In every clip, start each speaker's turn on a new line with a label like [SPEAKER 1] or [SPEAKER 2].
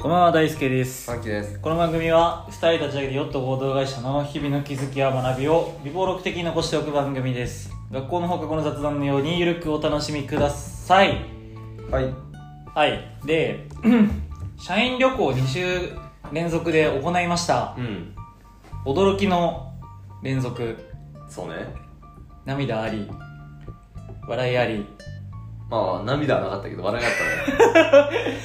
[SPEAKER 1] こんばんは大輔です
[SPEAKER 2] サンキです
[SPEAKER 1] この番組は2人立ち上げてヨット合同会社の日々の気づきや学びを微暴録的に残しておく番組です学校の放課後の雑談のようにゆるくお楽しみください
[SPEAKER 2] はい
[SPEAKER 1] はいで 社員旅行2週連続で行いました
[SPEAKER 2] うん
[SPEAKER 1] 驚きの連続
[SPEAKER 2] そうね
[SPEAKER 1] 涙あり笑いあり
[SPEAKER 2] まあ涙はなかったけど笑いがあったね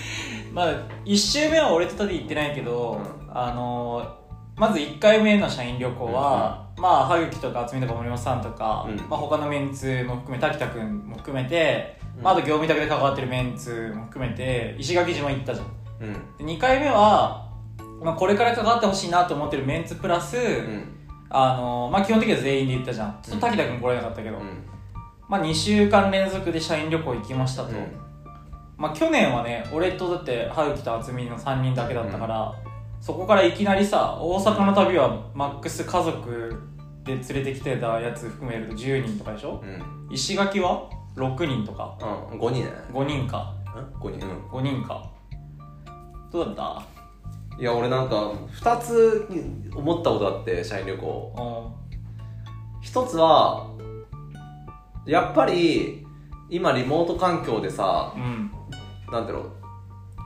[SPEAKER 1] まあ1周目は俺とタディ行ってないけど、あのまず1回目の社員旅行は、まあ羽生とか渥美とか森本さんとか、
[SPEAKER 2] うん
[SPEAKER 1] まあ、他のメンツも含め滝田君も含めて、
[SPEAKER 2] うん
[SPEAKER 1] まあ、あと業務委託で関わってるメンツも含めて石垣島行ったじゃん
[SPEAKER 2] うん
[SPEAKER 1] で2回目は、まあ、これから関わってほしいなと思ってるメンツプラス、
[SPEAKER 2] うん
[SPEAKER 1] あのまあ、基本的には全員で行ったじゃんちょっと滝田君来れなかったけど、まあ、2週間連続で社員旅行行きましたと、まあ、去年はね俺とだってハウキと渥美の3人だけだったから、そこからいきなりさ大阪の旅はマックス家族で連れてきてたやつ含めると10人とかでしょ
[SPEAKER 2] うんうん
[SPEAKER 1] 石垣は6人とか
[SPEAKER 2] うん5人ね
[SPEAKER 1] 5人か
[SPEAKER 2] 5人う
[SPEAKER 1] 5人かどうだった
[SPEAKER 2] んいや俺なんか2つ思ったことあって社員旅行
[SPEAKER 1] う
[SPEAKER 2] 1つはやっぱり今リモート環境でさ
[SPEAKER 1] んうん
[SPEAKER 2] なんていうの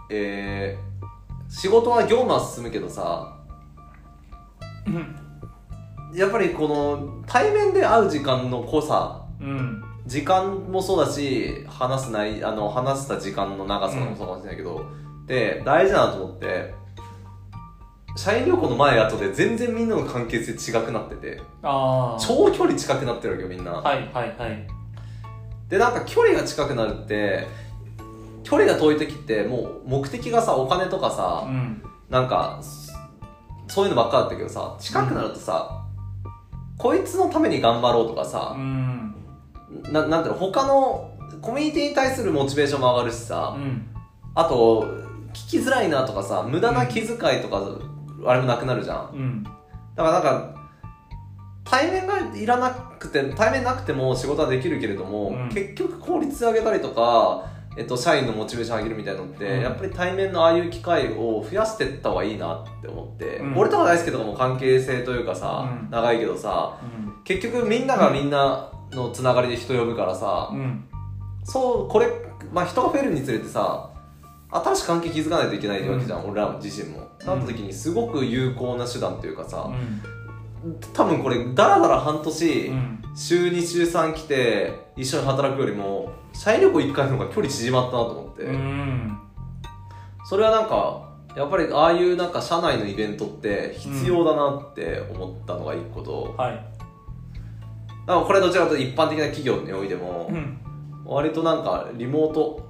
[SPEAKER 2] えー、仕事は業務は進むけどさやっぱりこの対面で会う時間の濃さ
[SPEAKER 1] うん
[SPEAKER 2] 時間もそうだし話すないあの話した時間の長さもそうかもしれないけど、で大事だなと思って社員旅行の前後で全然みんなの関係性違くなってて
[SPEAKER 1] ああ
[SPEAKER 2] 長距離近くなってるわけよみんな、
[SPEAKER 1] はいはいはい
[SPEAKER 2] でなんか距離が近くなるって距離が遠い時ってもう目的がさお金とかさ、
[SPEAKER 1] うん
[SPEAKER 2] なんかそそういうのばっかだったけどさ近くなるとさ、こいつのために頑張ろうとかさ、
[SPEAKER 1] うん
[SPEAKER 2] ななんていうの他のコミュニティに対するモチベーションも上がるしさ、
[SPEAKER 1] うん
[SPEAKER 2] あと聞きづらいなとかさ無駄な気遣いとか、あれもなくなるじゃん
[SPEAKER 1] うん
[SPEAKER 2] だからなんか対面がいらなくて対面なくても仕事はできるけれども、
[SPEAKER 1] うん
[SPEAKER 2] 結局効率上げたりとか、えっと、社員のモチベーション上げるみたいなのって、
[SPEAKER 1] うん
[SPEAKER 2] やっぱり対面のああいう機会を増やしてった方がいいなって思って、
[SPEAKER 1] うん
[SPEAKER 2] 俺とか大輔とかも関係性というかさ、
[SPEAKER 1] うん
[SPEAKER 2] 長いけどさ
[SPEAKER 1] うん
[SPEAKER 2] 結局みんながみんなのつながりで人呼ぶからさ、
[SPEAKER 1] うん
[SPEAKER 2] そうこれ、まあ、人が増えるにつれてさ新しく関係築かないといけないわけじゃん、俺ら自身も。なった時にすごく有効な手段というかさ、多分これだらだら半年、
[SPEAKER 1] うん
[SPEAKER 2] 週2週3来て一緒に働くよりも社員旅行1回の方が距離縮まったなと思って、
[SPEAKER 1] うん
[SPEAKER 2] それはなんかやっぱりああいうなんか社内のイベントって必要だなって思ったのが1個と、
[SPEAKER 1] はい
[SPEAKER 2] だからこれどちらかというと一般的な企業においても、
[SPEAKER 1] うん
[SPEAKER 2] 割となんかリモート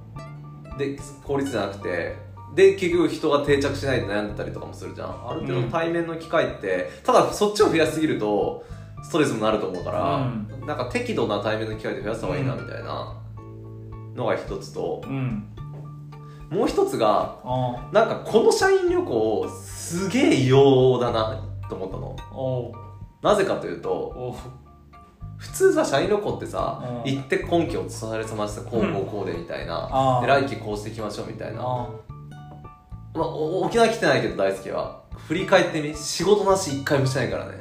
[SPEAKER 2] で効率じゃなくてで結局人が定着しないで悩んでたりとかもするじゃんある程
[SPEAKER 1] うん
[SPEAKER 2] 度対面の機会って、ただそっちを増やしすぎるとストレスもなると思うから、
[SPEAKER 1] う
[SPEAKER 2] なんか適度な対面の機会で増やした方がいいなみたいなのが一つと
[SPEAKER 1] うん
[SPEAKER 2] もう一つが
[SPEAKER 1] ああ
[SPEAKER 2] なんかこの社員旅行すげえ異様だなと思ったの
[SPEAKER 1] おう
[SPEAKER 2] なぜかというと
[SPEAKER 1] おう
[SPEAKER 2] 普通さ社員旅行ってさ、
[SPEAKER 1] うん
[SPEAKER 2] 行って今期お疲れ様でしたこうこうこうでみたいな、
[SPEAKER 1] あ
[SPEAKER 2] で
[SPEAKER 1] あ
[SPEAKER 2] 来期こうしていきましょうみたいな
[SPEAKER 1] あ
[SPEAKER 2] まあ、お沖縄来てないけど大輔は振り返ってみ仕事なし一回もしてないからね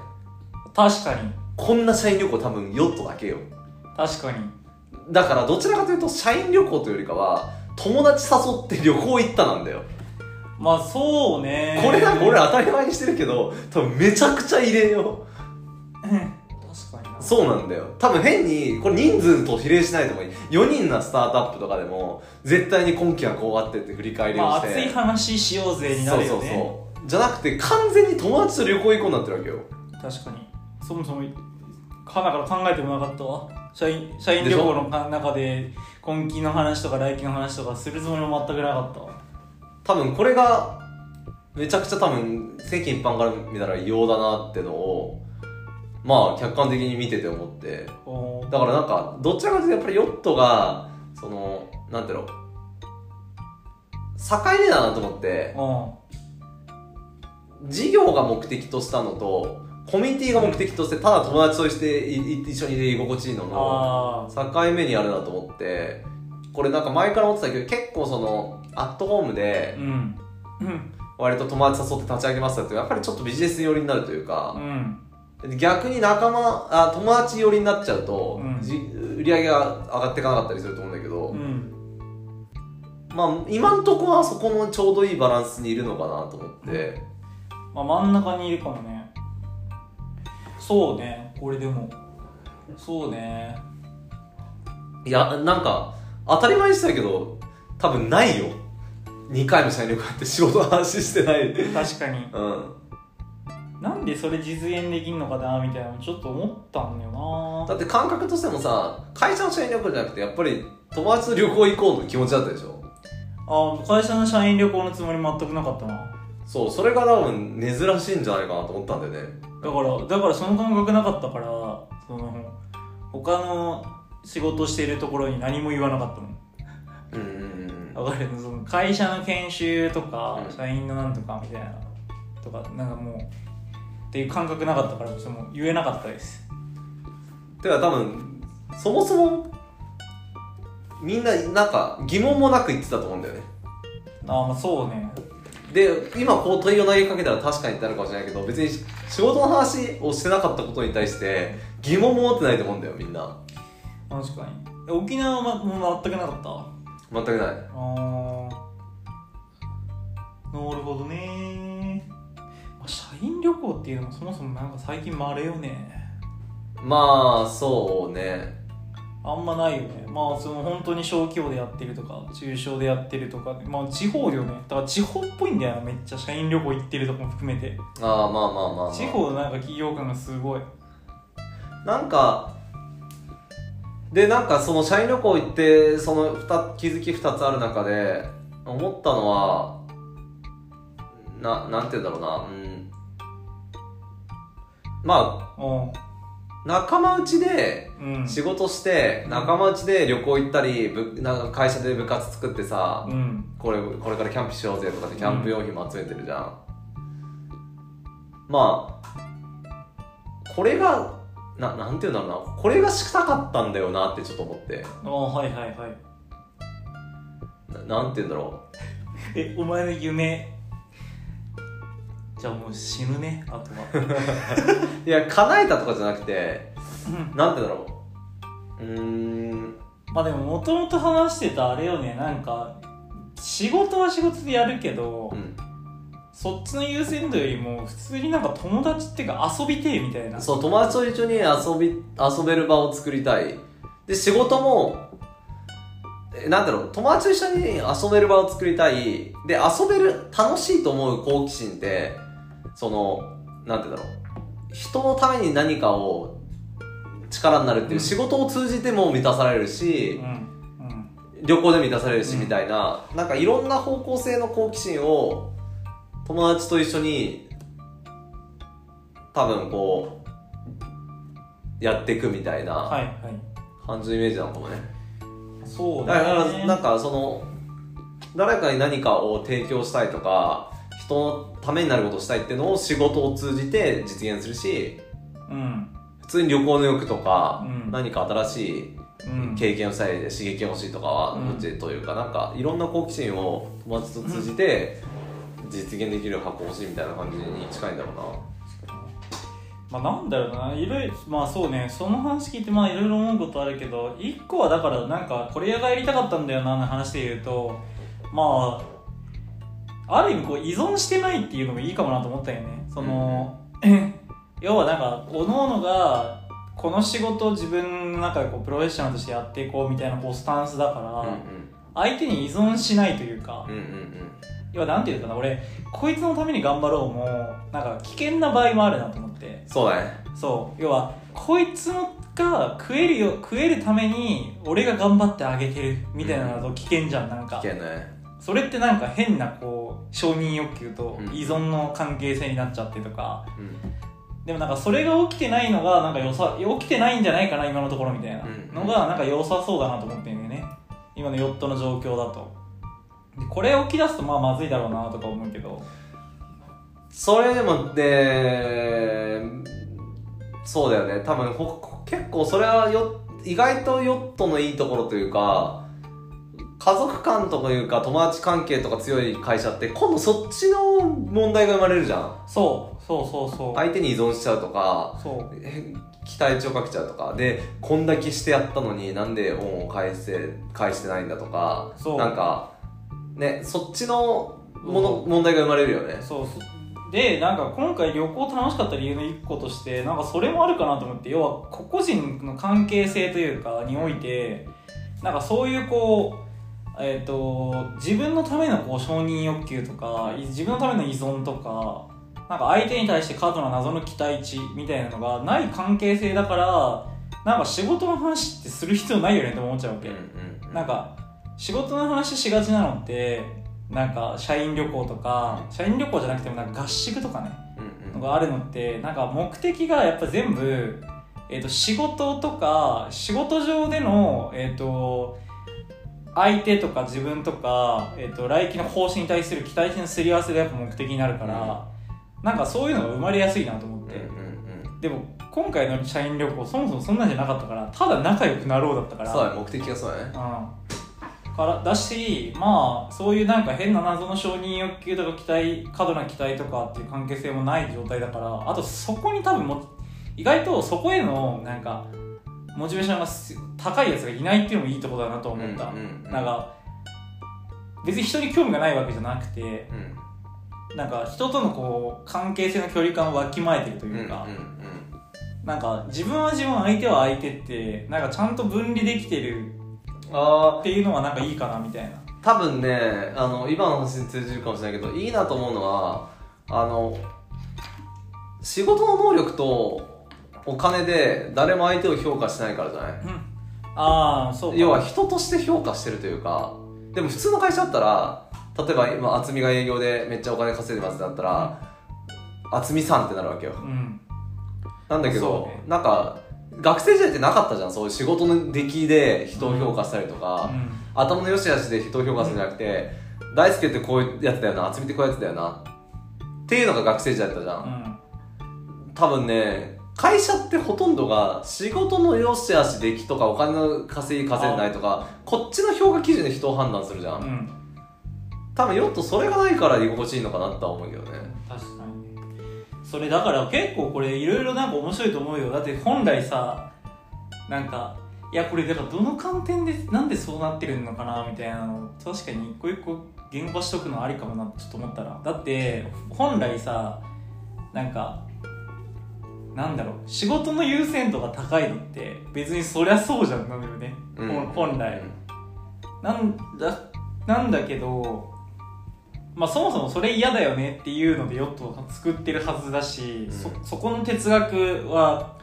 [SPEAKER 1] あ確かに
[SPEAKER 2] こんな社員旅行多分ヨットだけよ
[SPEAKER 1] 確かに
[SPEAKER 2] だからどちらかというと社員旅行というよりかは友達誘って旅行行ったなんだよ、
[SPEAKER 1] まあそうね
[SPEAKER 2] これなんか俺
[SPEAKER 1] ら
[SPEAKER 2] ら当たり前にしてるけど多分めちゃくちゃ異例よ
[SPEAKER 1] 確かにな
[SPEAKER 2] そうなんだよ多分変にこれ人数と比例しないと思う4人なスタートアップとかでも絶対に今期はこうあってって振り返り
[SPEAKER 1] ま
[SPEAKER 2] を
[SPEAKER 1] あ
[SPEAKER 2] して、
[SPEAKER 1] 熱い話しようぜになるよね
[SPEAKER 2] そうそうそうじゃなくて完全に友達と旅行行こうになってるわけよ
[SPEAKER 1] 確かにそもそもかなから考えてもなかったわ社員社員旅行の中で今期の話とか来期の話とかするつもりも全くなかったわ
[SPEAKER 2] 多分これがめちゃくちゃ多分世間一般から見たら異様だなってのをまあ客観的に見てて思って
[SPEAKER 1] おう
[SPEAKER 2] だからなんかどちらかというとやっぱりヨットがそのなんていうの境目だなと思って
[SPEAKER 1] う
[SPEAKER 2] 事業が目的としたのとコミュニティが目的としてただ友達としていい一緒に居心地いいの
[SPEAKER 1] ん
[SPEAKER 2] の
[SPEAKER 1] あ
[SPEAKER 2] 境目にあるなと思ってこれなんか前から思ってたけど結構そのアットホーム
[SPEAKER 1] あ
[SPEAKER 2] で
[SPEAKER 1] うんうん
[SPEAKER 2] 割と友達誘って立ち上げましたってやっぱりちょっとビジネス寄りになるという
[SPEAKER 1] う
[SPEAKER 2] か、
[SPEAKER 1] ん
[SPEAKER 2] 逆に仲間あ友達寄りになっちゃうと、
[SPEAKER 1] うん
[SPEAKER 2] じ売り上げが上がっていかなかったりすると思うんだけど、
[SPEAKER 1] うん
[SPEAKER 2] まあ今んとこはそこのちょうどいいバランスにいるのかなと思って、
[SPEAKER 1] まあ真ん中にいるかもねそうねこれでもそうね
[SPEAKER 2] いやなんか当たり前でしたけど多分ないよ2回も社員旅行やって仕事の話してないうん
[SPEAKER 1] 確かになんでそれ実現できんのかなみたいなのちょっと思ったんだよ
[SPEAKER 2] だ
[SPEAKER 1] な
[SPEAKER 2] って感覚としてもさ会社の社員旅行じゃなくてやっぱり友達と旅行行こうの気持ちだったでしょ
[SPEAKER 1] あ会社の社員旅行のつもり全くなかったな
[SPEAKER 2] そうそれが多分珍しいんじゃないかなと思ったんだよね
[SPEAKER 1] だからだからその感覚なかったからその他の仕事してるところに何も言わなかったもん
[SPEAKER 2] うんうんうん
[SPEAKER 1] だからその会社の研修とか、
[SPEAKER 2] うん
[SPEAKER 1] 社員のなんとかみたいなとかなんかもうっていう感覚なかったからちょっともう言えなかったです
[SPEAKER 2] てか多分そもそもみんななんか疑問もなく言ってたと思うんだよね
[SPEAKER 1] ああまあそうね
[SPEAKER 2] で今こう問いを投げかけたら確かにってなるかもしれないけど別に仕事の話をしてなかったことに対して疑問も持ってないと思うんだよみんな
[SPEAKER 1] 確かにえ沖縄は、ま、もう全くなかった
[SPEAKER 2] 全くない
[SPEAKER 1] あーなるほどねまあ社員旅行っていうのもそもそもなんか最近まれよね
[SPEAKER 2] まあそうね
[SPEAKER 1] あんまないよねまあその本当に小規模でやってるとか中小でやってるとかまあ地方だよねだから地方っぽいんだよなめっちゃ社員旅行行ってるとかも含めて
[SPEAKER 2] あーまあまあまあまあ、
[SPEAKER 1] 地方なんか企業感がすごい
[SPEAKER 2] なんかでなんかその社員旅行行ってその2気づき2つある中で思ったのはななんて言うんだろうなうんま
[SPEAKER 1] う
[SPEAKER 2] あ仲間内で
[SPEAKER 1] んうん
[SPEAKER 2] 仕事して仲間内で旅行行ったりぶなんか会社で部活作ってさ
[SPEAKER 1] うん
[SPEAKER 2] これこれからキャンプしようぜとかでキャンプ用品も集めてるじゃん、まあこれがななんて言うんだろうなこれがしたかったんだよなってちょっと思って
[SPEAKER 1] ああはいはいはい
[SPEAKER 2] ななんて言うんだろ
[SPEAKER 1] えお前の夢じゃあもう死ぬねあとは
[SPEAKER 2] ういや叶えたとかじゃなくて
[SPEAKER 1] うん
[SPEAKER 2] なんて言うんだろううーん
[SPEAKER 1] まあでももともと話してたあれよねなんか仕事は仕事でやるけど、
[SPEAKER 2] うん
[SPEAKER 1] そっちの優先度よりも普通になんか友達っていうか遊びてえみたいな
[SPEAKER 2] そう友達と一緒に遊び遊べる場を作りたいで仕事もえなんだろう友達と一緒に遊べる場を作りたいで遊べる楽しいと思う好奇心ってそのなんて言うんだろう人のために何かを力になるっていううん仕事を通じても満たされるし
[SPEAKER 1] うん、うん
[SPEAKER 2] 旅行で満たされるし
[SPEAKER 1] うん
[SPEAKER 2] みたいな、なんかいろんな方向性の好奇心を友達と一緒に多分こうやっていくみたい
[SPEAKER 1] は
[SPEAKER 2] ない
[SPEAKER 1] はい
[SPEAKER 2] 感じのイメージなのかもね、
[SPEAKER 1] そう
[SPEAKER 2] だか
[SPEAKER 1] だ
[SPEAKER 2] ら
[SPEAKER 1] ね
[SPEAKER 2] なんかその誰かに何かを提供したいとか人のためになることをしたいっていうのを仕事を通じて実現するし
[SPEAKER 1] うん
[SPEAKER 2] 普通に旅行の欲とか、
[SPEAKER 1] うん
[SPEAKER 2] 何か新しい
[SPEAKER 1] うん
[SPEAKER 2] 経験をしたいで刺激が欲しいとかは
[SPEAKER 1] うん
[SPEAKER 2] どっちというか、なんかいろんな好奇心を友達と通じて実現できる箱欲しいみたいな感じに近いんだろう
[SPEAKER 1] まあなんだろうないろいろまあそうねその話聞いてまあいろいろ思うことあるけど一個はだからなんかこれがやりたかったんだよなの話で言うとまあある意味こう依存してないっていうのもいいかもなと思ったよねその、要はなんか各々がこの仕事を自分の中でこうプロフェッショナルとしてやっていこうみたいなこうスタンスだから、
[SPEAKER 2] な
[SPEAKER 1] 相手に依存しないというか、
[SPEAKER 2] うんうんうんうん
[SPEAKER 1] 要はなんていうのかな俺こいつのために頑張ろうもなんか危険な場合もあるなと思って
[SPEAKER 2] そうだね
[SPEAKER 1] そう要はこいつが食えるよ食えるために俺が頑張ってあげてるみたいなのだと危険じゃんなんか
[SPEAKER 2] 危険ね
[SPEAKER 1] それってなんか変なこう承認欲求と
[SPEAKER 2] うん
[SPEAKER 1] 依存の関係性になっちゃってとか、
[SPEAKER 2] うん
[SPEAKER 1] でもなんかそれが起きてないのがなんかよさ起きてないんじゃないかな今のところみたいな
[SPEAKER 2] うん
[SPEAKER 1] のがなんか良さそうだなと思ってんだよね今のヨットの状況だとでこれ起き出すとまあまずいだろうなとか思うけど
[SPEAKER 2] それでもでそうだよね多分ほ結構それはよ意外とヨットのいいところというか家族間とかいうか友達関係とか強い会社って今度そっちの問題が生まれるじゃん
[SPEAKER 1] そうそうそうそう
[SPEAKER 2] 相手に依存しちゃうとか
[SPEAKER 1] そう
[SPEAKER 2] え期待値をかけちゃうとかでこんだけしてやったのになんで恩を返せ返してないんだとか
[SPEAKER 1] そう
[SPEAKER 2] なんかねそっちのもの、
[SPEAKER 1] う
[SPEAKER 2] 問題が生まれるよね
[SPEAKER 1] そうそうでなんか今回旅行楽しかった理由の一個としてなんかそれもあるかなと思って要は個々人の関係性というかにおいてなんかそういうこうえっ、と自分のためのこう承認欲求とかい自分のための依存とかなんか相手に対して過度な謎の期待値みたいなのがない関係性だからなんか仕事の話ってする必要ないよねって思っちゃうわけ、
[SPEAKER 2] うん
[SPEAKER 1] なんか仕事の話しがちなのってなんか社員旅行とか社員旅行じゃなくてもなんか合宿とかね
[SPEAKER 2] うんう
[SPEAKER 1] の
[SPEAKER 2] ん
[SPEAKER 1] があるのってなんか目的がやっぱ全部、えー、と仕事とか仕事上での、えー、と相手とか自分とか、えー、と来期の方針に対する期待値のすり合わせがやっぱ目的になるから、なんかそういうのが生まれやすいなと思って、
[SPEAKER 2] うんうんうん
[SPEAKER 1] でも今回の社員旅行そもそもそんなんじゃなかったからただ仲良くなろうだったから
[SPEAKER 2] そうや目的がそうやね
[SPEAKER 1] うんからだしまあそういうなんか変な謎の承認欲求とか期待過度な期待とかっていう関係性もない状態だからあとそこに多分も意外とそこへのなんかモチベーションがす高いやつがいないっていうのもいいとこだなと思った、
[SPEAKER 2] うんうんうん
[SPEAKER 1] なんか別に人に興味がないわけじゃなくて
[SPEAKER 2] うん
[SPEAKER 1] なんか人とのこう関係性の距離感をわきまえてるというか、
[SPEAKER 2] うんうんうん
[SPEAKER 1] なんか自分は自分相手は相手ってなんかちゃんと分離できてる
[SPEAKER 2] あ
[SPEAKER 1] っ
[SPEAKER 2] ー
[SPEAKER 1] ていうのはなんかいいかなみたいな
[SPEAKER 2] 多分ねあの今の話に通じるかもしれないけどいいなと思うのはあの仕事の能力とお金で誰も相手を評価しないからじゃない
[SPEAKER 1] うんああそうか
[SPEAKER 2] 要は人として評価してるというかでも普通の会社だったら例えば今渥美が営業でめっちゃお金稼いでますってなったら渥美さんってなるわけよ
[SPEAKER 1] うん
[SPEAKER 2] なんだけど、
[SPEAKER 1] そうね
[SPEAKER 2] なんか学生時代ってなかったじゃんそういう仕事の出来で人を評価したりとか、
[SPEAKER 1] うん
[SPEAKER 2] 頭の良し悪しで人を評価するんじゃなくて、大輔ってこういうやつだよな渥美ってこういうやつだよなっていうのが学生時代だったじゃ、
[SPEAKER 1] うんん
[SPEAKER 2] 多分ね会社ってほとんどが仕事の良し悪し出来とかお金の稼ぎ稼いでないとかこっちの評価基準で人を判断するじゃん、
[SPEAKER 1] うん
[SPEAKER 2] 多分よっとそれがないから居心地いいのかなとは思うけどね
[SPEAKER 1] 確かにねそれだから結構これいろいろなんか面白いと思うよだって本来さなんかいやこれだからどの観点でなんでそうなってるのかなみたいなの確かに一個一個言語化しとくのありかもなってちょっと思ったらだって本来さなんかなんだろう仕事の優先度が高いのって別にそりゃそうじゃんなのよね、
[SPEAKER 2] うん
[SPEAKER 1] ほん本来、なんだなんだけど、まあ、そもそもそれ嫌だよねっていうのでヨットを作ってるはずだし、
[SPEAKER 2] うん
[SPEAKER 1] そそこの哲学は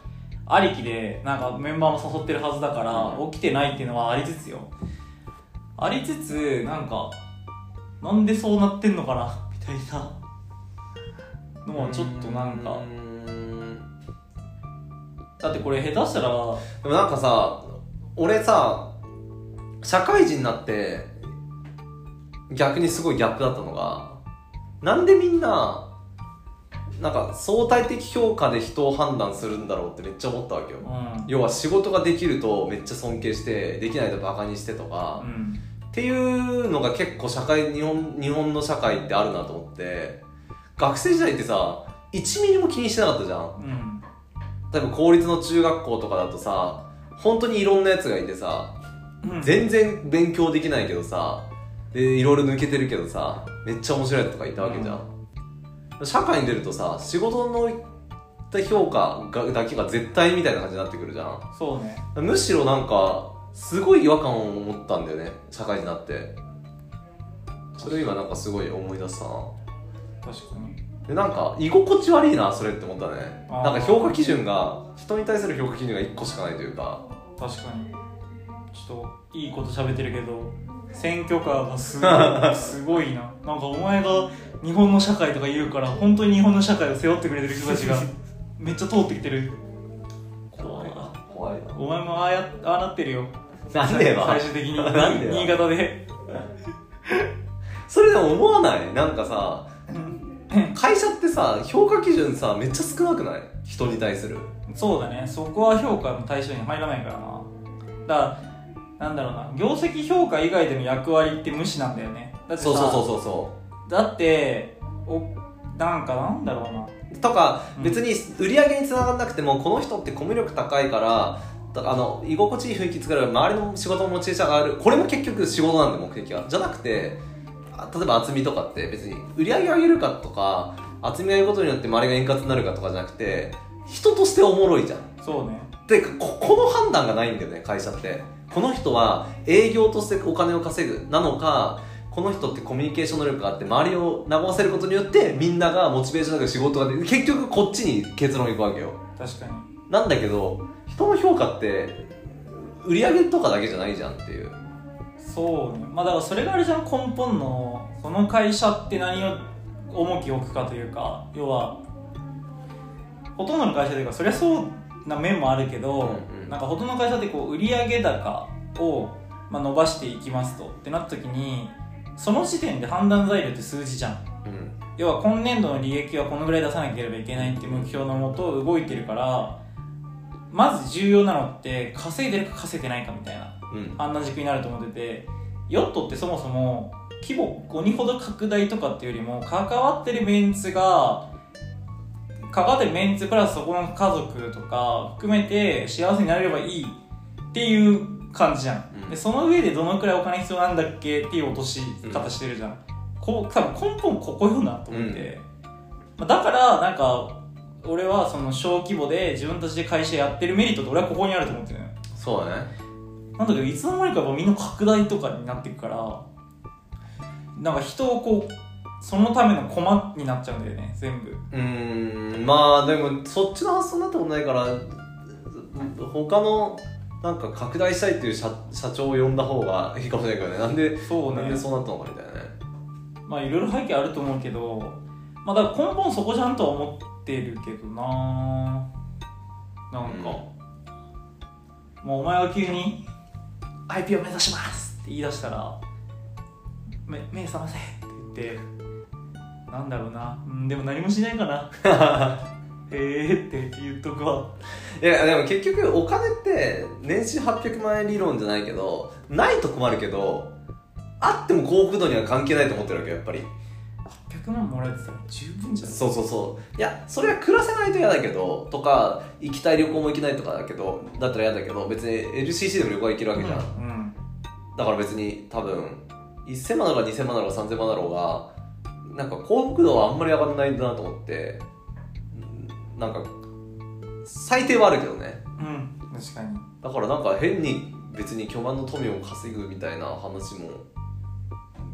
[SPEAKER 1] ありきでなんかメンバーも誘ってるはずだから、
[SPEAKER 2] うん
[SPEAKER 1] 起きてないっていうのはありつつよありつつなんかなんでそうなってんのかなみたいなのはちょっとなんか、
[SPEAKER 2] うーん
[SPEAKER 1] だってこれ下手したらう
[SPEAKER 2] でもなんかさ俺さ社会人になって逆にすごいギャップだったのがなんでみんななんか相対的評価で人を判断するんだろうってめっちゃ思ったわけよ
[SPEAKER 1] ん
[SPEAKER 2] 要は仕事ができるとめっちゃ尊敬してできないとバカにしてとか、
[SPEAKER 1] うん
[SPEAKER 2] っていうのが結構社会日本日本の社会ってあるなと思って学生時代ってさ1ミリも気にしてなかったじゃん
[SPEAKER 1] うん
[SPEAKER 2] 例えば公立の中学校とかだとさ本当にいろんなやつがいてさ
[SPEAKER 1] うん
[SPEAKER 2] 全然勉強できないけどさでいろいろ抜けてるけどさめっちゃ面白いやつとかいたわけじゃん、社会に出るとさ仕事の評価がだけが絶対みたいな感じになってくるじゃん
[SPEAKER 1] そうね
[SPEAKER 2] むしろなんかすごい違和感を持ったんだよね社会人になってそれを今なんかすごい思い出したな
[SPEAKER 1] 確かに
[SPEAKER 2] でなんか居心地悪いなそれって思ったね
[SPEAKER 1] あー
[SPEAKER 2] なんか評価基準が人に対する評価基準が1個しかないというか
[SPEAKER 1] 確かにちょっといいこと喋ってるけど選挙カーがすごい すごいななんかお前が日本の社会とか言うから本当に日本の社会を背負ってくれてる人た ちがめっちゃ通ってきてる怖いな
[SPEAKER 2] 怖いな
[SPEAKER 1] お前もああやああなってるよ
[SPEAKER 2] なんでよ
[SPEAKER 1] 最終的に
[SPEAKER 2] なんでよ
[SPEAKER 1] 新潟で
[SPEAKER 2] それでも思わないなんか さ会社ってさ評価基準さめっちゃ少なくない人に対する
[SPEAKER 1] そうだねそこは評価の対象に入らないからなだからなんだろうな業績評価以外での役割って無視なんだよねだってさ
[SPEAKER 2] そうそうそうそうそ
[SPEAKER 1] だっておなんかなんだろうな
[SPEAKER 2] うとか
[SPEAKER 1] うん
[SPEAKER 2] 別に売り上げにつながんなくてもこの人ってコミュ力高いからだあの居心地いい雰囲気作れる周りの仕事のモチベーションが上がるこれも結局仕事なんで目的はじゃなくてあ例えば厚みとかって別に売り上げ上げるかとか厚みがいることによって周りが円滑になるかとかじゃなくて人としておもろいじゃん
[SPEAKER 1] そうね
[SPEAKER 2] てかここの判断がないんだよね会社ってこの人は営業としてお金を稼ぐなのかこの人ってコミュニケーション能力があって周りを和ませることによってみんながモチベーションなく仕事ができる結局こっちに結論いくわけよ
[SPEAKER 1] 確かに
[SPEAKER 2] なんだけど人の評価って売り上げとかだけじゃないじゃんっていう
[SPEAKER 1] そうねまあだからそれがあれじゃん根本のその会社って何を重きを置くかというか要はほとんどの会社というかそりゃそうな面もあるけど、
[SPEAKER 2] うんうん
[SPEAKER 1] なんかほとんどの会社ってこう売上高を、まあ、伸ばしていきますとってなった時にその時点で判断材料って数字じゃん
[SPEAKER 2] うん
[SPEAKER 1] 要は今年度の利益はこのぐらい出さなければいけないって目標のもと動いてるからまず重要なのって稼いでるか稼いでないかみたいな
[SPEAKER 2] うん
[SPEAKER 1] あんな軸になると思っててヨットってそもそも規模5にほど拡大とかっていうよりも関わってるメンツが関わってるメンツプラスそこの家族とか含めて幸せになれればいいっていう感じじゃん、
[SPEAKER 2] うん
[SPEAKER 1] でその上でどのくらいお金必要なんだっけっていう落とし方してるじゃん、こう多分根本ここよなと思って、まあだからなんか俺はその小規模で自分たちで会社やってるメリットって俺はここにあると思ってるのよ
[SPEAKER 2] そうだね
[SPEAKER 1] なんだけどいつの間にかやっぱみんな拡大とかになっていくからなんか人をこうそのための駒になっちゃうんだよね全部
[SPEAKER 2] うーんまあでもそっちの発想になったことないから他のなんか拡大したいっていう社社長を呼んだ方がいいかもしれないけどねなんで
[SPEAKER 1] そう
[SPEAKER 2] なん
[SPEAKER 1] ね
[SPEAKER 2] でそうなったのかみたいなね
[SPEAKER 1] まあいろいろ背景あると思うけどまあだから根本そこじゃんとは思ってるけどななんか、もうお前が急に IP を目指しますって言い出したら目目覚ませって言ってなんだろうなうんでも何もしないか なへえって言っとくわ
[SPEAKER 2] いやでも結局お金って年収800万円理論じゃないけどないと困るけどあっても幸福度には関係ないと思ってるわけよやっぱり
[SPEAKER 1] 100万もらえてたら十分じゃん
[SPEAKER 2] そうそうそういやそれは暮らせないと嫌だけどとか行きたい旅行も行けないとかだけどだったら嫌だけど別に LCC でも旅行は行けるわけじゃん、
[SPEAKER 1] うん
[SPEAKER 2] だから別に多分1000万だろうが2000万だろうが3000万だろうがなんか幸福度はあんまり上がらないんだなと思ってうんなんか最低はあるけどね
[SPEAKER 1] うん確かに
[SPEAKER 2] だからなんか変に別に巨万の富を稼ぐみたいな話も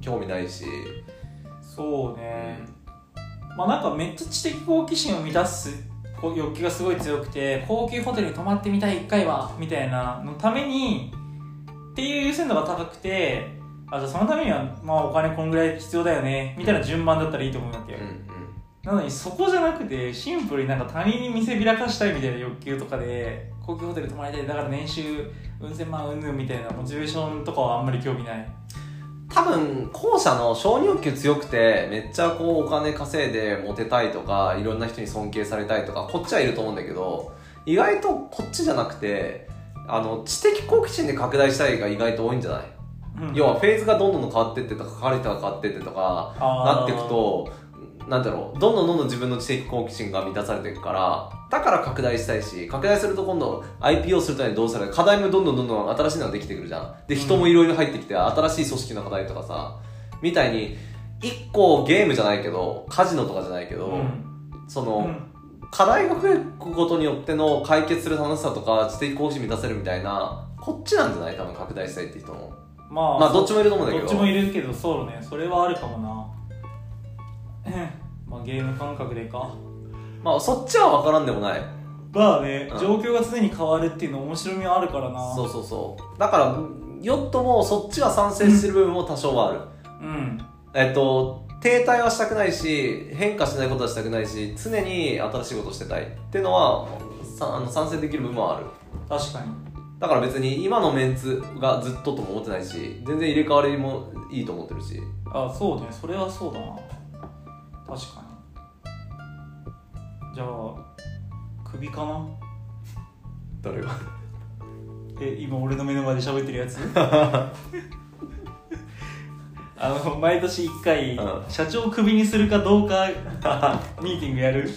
[SPEAKER 2] 興味ないし、
[SPEAKER 1] そうね、まあなんかめっちゃ知的好奇心を満たすこう欲求がすごい強くて高級ホテルに泊まってみたい1回はみたいなのためにっていう優先度が高くてあじゃあそのためにはまあお金こんぐらい必要だよねみたいな順番だったらいいと思うわけ
[SPEAKER 2] う
[SPEAKER 1] よ、
[SPEAKER 2] ん
[SPEAKER 1] なのにそこじゃなくてシンプルになんか他人に見せびらかしたいみたいな欲求とかで高級ホテル泊まりたいだから年収うん千万うんぬんみたいなモチベーションとかはあんまり興味ない
[SPEAKER 2] うん、多分後者の承認欲求強くてめっちゃこうお金稼いでモテたいとかいろんな人に尊敬されたいとかこっちはいると思うんだけど意外とこっちじゃなくてあの知的好奇心で拡大したいが意外と多いんじゃない、
[SPEAKER 1] うん
[SPEAKER 2] 要はフェーズがどんどん変わってってとか書かれてたら変わってってとかな
[SPEAKER 1] あー
[SPEAKER 2] っていくとなんだろうどんどんどんどん自分の知的好奇心が満たされていくからだから拡大したいし拡大すると今度 IPO するためにどうしたらいい課題もどんどんどんどん新しいのができてくるじゃんで人もいろいろ入ってきて新しい組織の課題とかさみたいに1個ゲームじゃないけどカジノとかじゃないけど、
[SPEAKER 1] うん
[SPEAKER 2] そうの、
[SPEAKER 1] ん
[SPEAKER 2] 課題が増えることによっての解決する楽しさとか知的好奇心満たせるみたいなこっちなんじゃない多分拡大したいって人も
[SPEAKER 1] まあ、
[SPEAKER 2] まあどっちもいると思うんだけ
[SPEAKER 1] ど
[SPEAKER 2] ど
[SPEAKER 1] っちもいるけどそうねそれはあるかもな まあゲーム感覚でか
[SPEAKER 2] まあそっちは分からんでもない
[SPEAKER 1] まあね、
[SPEAKER 2] うん
[SPEAKER 1] 状況が常に変わるっていうの面白みはあるからな
[SPEAKER 2] そうそうそうだからヨットもそっちは賛成してる部分も多少はある、
[SPEAKER 1] うん
[SPEAKER 2] えっと停滞はしたくないし変化しないことはしたくないし常に新しいことをしてたいっていうのはさあの賛成できる部分もある
[SPEAKER 1] 確かに
[SPEAKER 2] だから別に今のメンツがずっととも思ってないし全然入れ替わりもいいと思ってるし
[SPEAKER 1] あそうねそれはそうだな確かにじゃあ首かな
[SPEAKER 2] 誰が
[SPEAKER 1] え今俺の目の前で喋ってる やつあの毎年1回、
[SPEAKER 2] うん
[SPEAKER 1] 社長をクビにするかどうかミーティングやる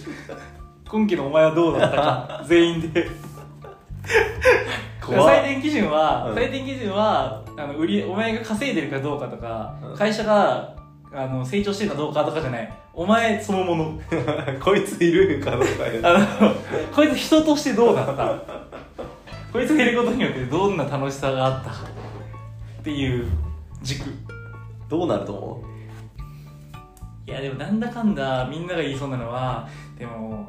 [SPEAKER 1] 今期のお前はどうだったか全員で
[SPEAKER 2] 怖い
[SPEAKER 1] 採点基準は、
[SPEAKER 2] うん
[SPEAKER 1] 採点基準はあの売りお前が稼いでるかどうかとか、
[SPEAKER 2] うん
[SPEAKER 1] 会社があの成長してるかどうかとかじゃないお前そのもの
[SPEAKER 2] こいついるかどうかよ
[SPEAKER 1] あのこいつ人としてどうだったこいつがいることによってどんな楽しさがあったっていう軸
[SPEAKER 2] どうなると思う
[SPEAKER 1] いやでもなんだかんだみんなが言いそうなのはでも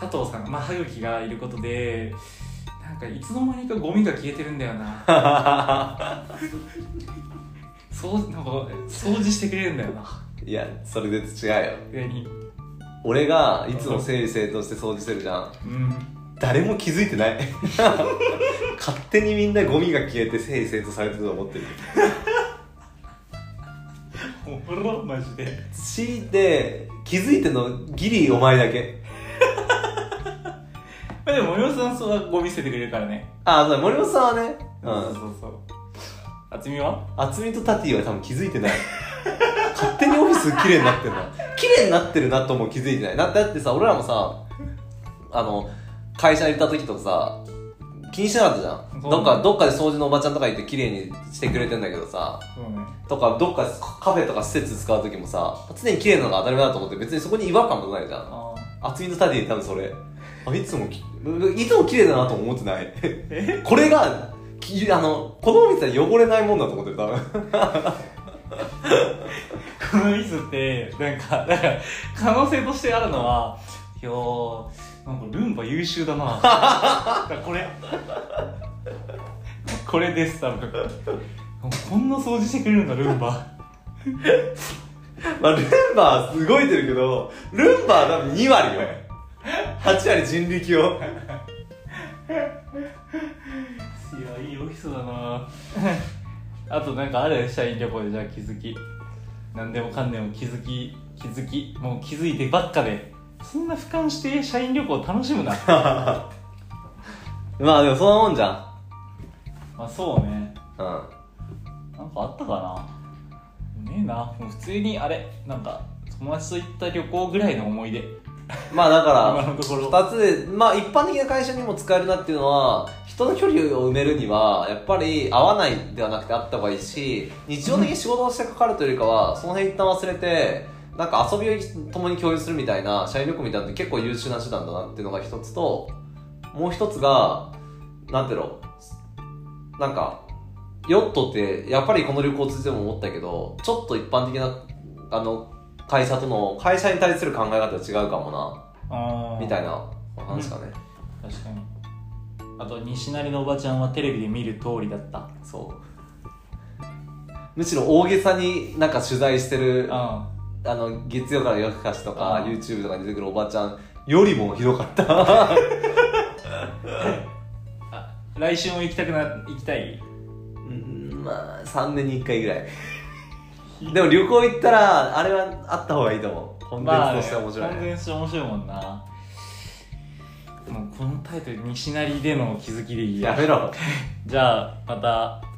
[SPEAKER 1] 佐藤さんまあ羽キがいることでなんかいつの間にかゴミが消えてるんだよな そうなんか掃除してくれるんだよない
[SPEAKER 2] やそれで違うよ
[SPEAKER 1] 上に
[SPEAKER 2] 俺がいつも整理整頓して掃除してるじゃん
[SPEAKER 1] うん
[SPEAKER 2] 誰も気づいてない勝手にみんなゴミが消えて整理整頓されてると思ってる
[SPEAKER 1] おもろマジで
[SPEAKER 2] 強いて気づいてんのギリお前だけ
[SPEAKER 1] まあでも森本さんそうはゴミ捨ててくれるからね
[SPEAKER 2] あそう森本さんはねう
[SPEAKER 1] そうんそうそう厚みは
[SPEAKER 2] 渥美とタティは多分気づいてない勝手にオフィス綺麗になってるな綺麗になってるなとも気づいてないだだってさ俺らもさあの会社行った時とかさ気にしなかったじゃん
[SPEAKER 1] そう
[SPEAKER 2] どっかどっかで掃除のおばちゃんとか行って綺麗にしてくれてんだけどさ
[SPEAKER 1] そうね
[SPEAKER 2] とかどっかカフェとか施設使う時もさ常に綺麗なのが当たり前だと思って別にそこに違和感もないじゃん
[SPEAKER 1] あ
[SPEAKER 2] 厚みのタディ多分それあいつもきいつも綺麗だなとも思ってない これがきあのこのお店は汚れないもんだと思ってる多分
[SPEAKER 1] ーこのミスってなんかなんか可能性としてあるのはいやーなんかルンバ優秀だなだから これこれです多分こんな掃除してくれるんだルンバ
[SPEAKER 2] まあルンバは動いてるけどルンバは多分2割よ8割人力 を
[SPEAKER 1] いやいいオフィスだなあとなんかある社員旅行でじゃあ気づき何でもかんでも気づき気づきもう気づいてばっかでそんな俯瞰して社員旅行楽しむな
[SPEAKER 2] まあでもそんなもんじゃん
[SPEAKER 1] まあそうね
[SPEAKER 2] うん
[SPEAKER 1] なんかあったかなねえなもう普通にあれなんか友達と行った旅行ぐらいの思い出
[SPEAKER 2] まあだ
[SPEAKER 1] 今
[SPEAKER 2] か
[SPEAKER 1] のところ
[SPEAKER 2] ら2つでまあ一般的な会社にも使えるなっていうのは人の距離を埋めるにはやっぱり合わないではなくてあった方がいいし日常的に仕事をしてかかるというよりかはその辺一旦忘れてなんか遊びを共に共有するみたいな社員旅行みたいなのって結構優秀な手段だなっていうのが一つともう一つがなんていうのなんかヨットってやっぱりこの旅行を通じても思ったけどちょっと一般的なあの会社との会社に対する考え方が違うかもな
[SPEAKER 1] あー
[SPEAKER 2] みたいなお話かね、
[SPEAKER 1] 確かにあと西成のおばちゃんはテレビで見る通りだった
[SPEAKER 2] そうむしろ大げさになんか取材してるあ
[SPEAKER 1] あ
[SPEAKER 2] の月曜から夜更かしとか
[SPEAKER 1] うん
[SPEAKER 2] YouTube とかに出てくるおばちゃんよりもひどかった
[SPEAKER 1] 来週も行きたくな行きたい
[SPEAKER 2] うんまあ3年に1回ぐらいでも旅行行ったらあれはあった方がいいと思うコンテンツとしては面白い、
[SPEAKER 1] まあね
[SPEAKER 2] ね
[SPEAKER 1] コンテンツとして面白いもんなもうこのタイトル「西成での気づき」でいいや
[SPEAKER 2] やめろ
[SPEAKER 1] じゃあまた